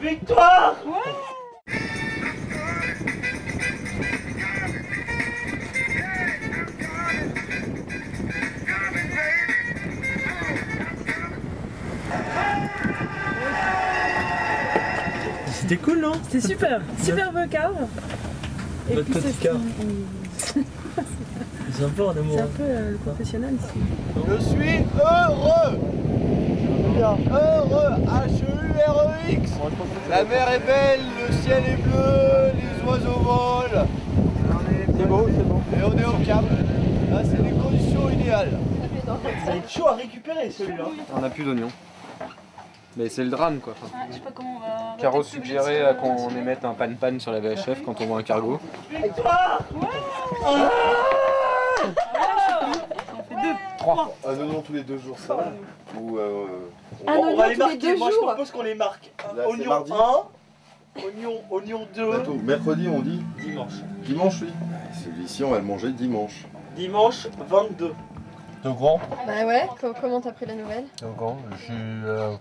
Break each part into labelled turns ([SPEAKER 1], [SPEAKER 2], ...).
[SPEAKER 1] victoire
[SPEAKER 2] C'était cool, non
[SPEAKER 3] C'est super, super vocable. Et
[SPEAKER 2] Notre
[SPEAKER 3] puis
[SPEAKER 2] petit
[SPEAKER 3] c'est
[SPEAKER 2] car. C'est un peu un amour.
[SPEAKER 3] c'est un peu euh, professionnel. ici.
[SPEAKER 1] Je suis heureux Bien. Heureux H-E-U-R-E-X La mer est belle, le ciel est bleu, les oiseaux volent. C'est beau, c'est bon. Et on est au cap. Là, c'est les conditions idéales. Ça va être chaud à récupérer celui-là.
[SPEAKER 4] On n'a plus d'oignons. Mais c'est le drame quoi. Enfin,
[SPEAKER 5] Je sais pas comment on va.
[SPEAKER 4] Caro suggérait euh, qu'on émette un pan-pan sur la VHF quand on voit un cargo.
[SPEAKER 6] Un oignon Ah, tous les deux jours, ça va Ou euh,
[SPEAKER 1] Bon, on
[SPEAKER 7] oignon
[SPEAKER 1] va
[SPEAKER 7] tous
[SPEAKER 1] les
[SPEAKER 7] les
[SPEAKER 1] marquer.
[SPEAKER 7] deux
[SPEAKER 1] Moi, je
[SPEAKER 7] jours.
[SPEAKER 1] propose qu'on les marque. Un
[SPEAKER 6] Là, c'est
[SPEAKER 1] oignon
[SPEAKER 6] mardi.
[SPEAKER 1] 1, oignon, oignon 2,
[SPEAKER 6] bientôt. Mercredi, on dit
[SPEAKER 1] dimanche.
[SPEAKER 6] dimanche, oui. Celui-ci, on va le manger dimanche.
[SPEAKER 1] Dimanche 22.
[SPEAKER 8] De grand
[SPEAKER 7] Bah ouais, co- comment t'as pris la nouvelle
[SPEAKER 8] De grand, je suis. euh,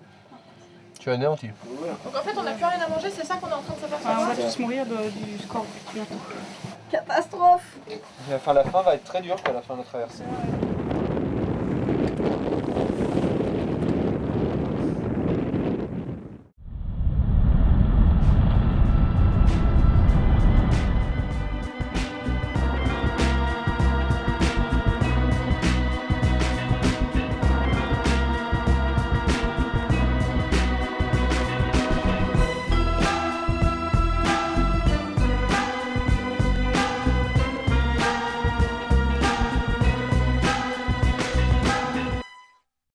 [SPEAKER 8] Je suis anéanti.
[SPEAKER 9] Donc en fait, on n'a plus rien à manger, c'est ça qu'on est en train de
[SPEAKER 5] Ah, on va
[SPEAKER 9] s'apercevoir.
[SPEAKER 5] tous mourir de- du score.
[SPEAKER 7] Catastrophe
[SPEAKER 4] Enfin, la fin va être très dure quoi, la fin de la traversée.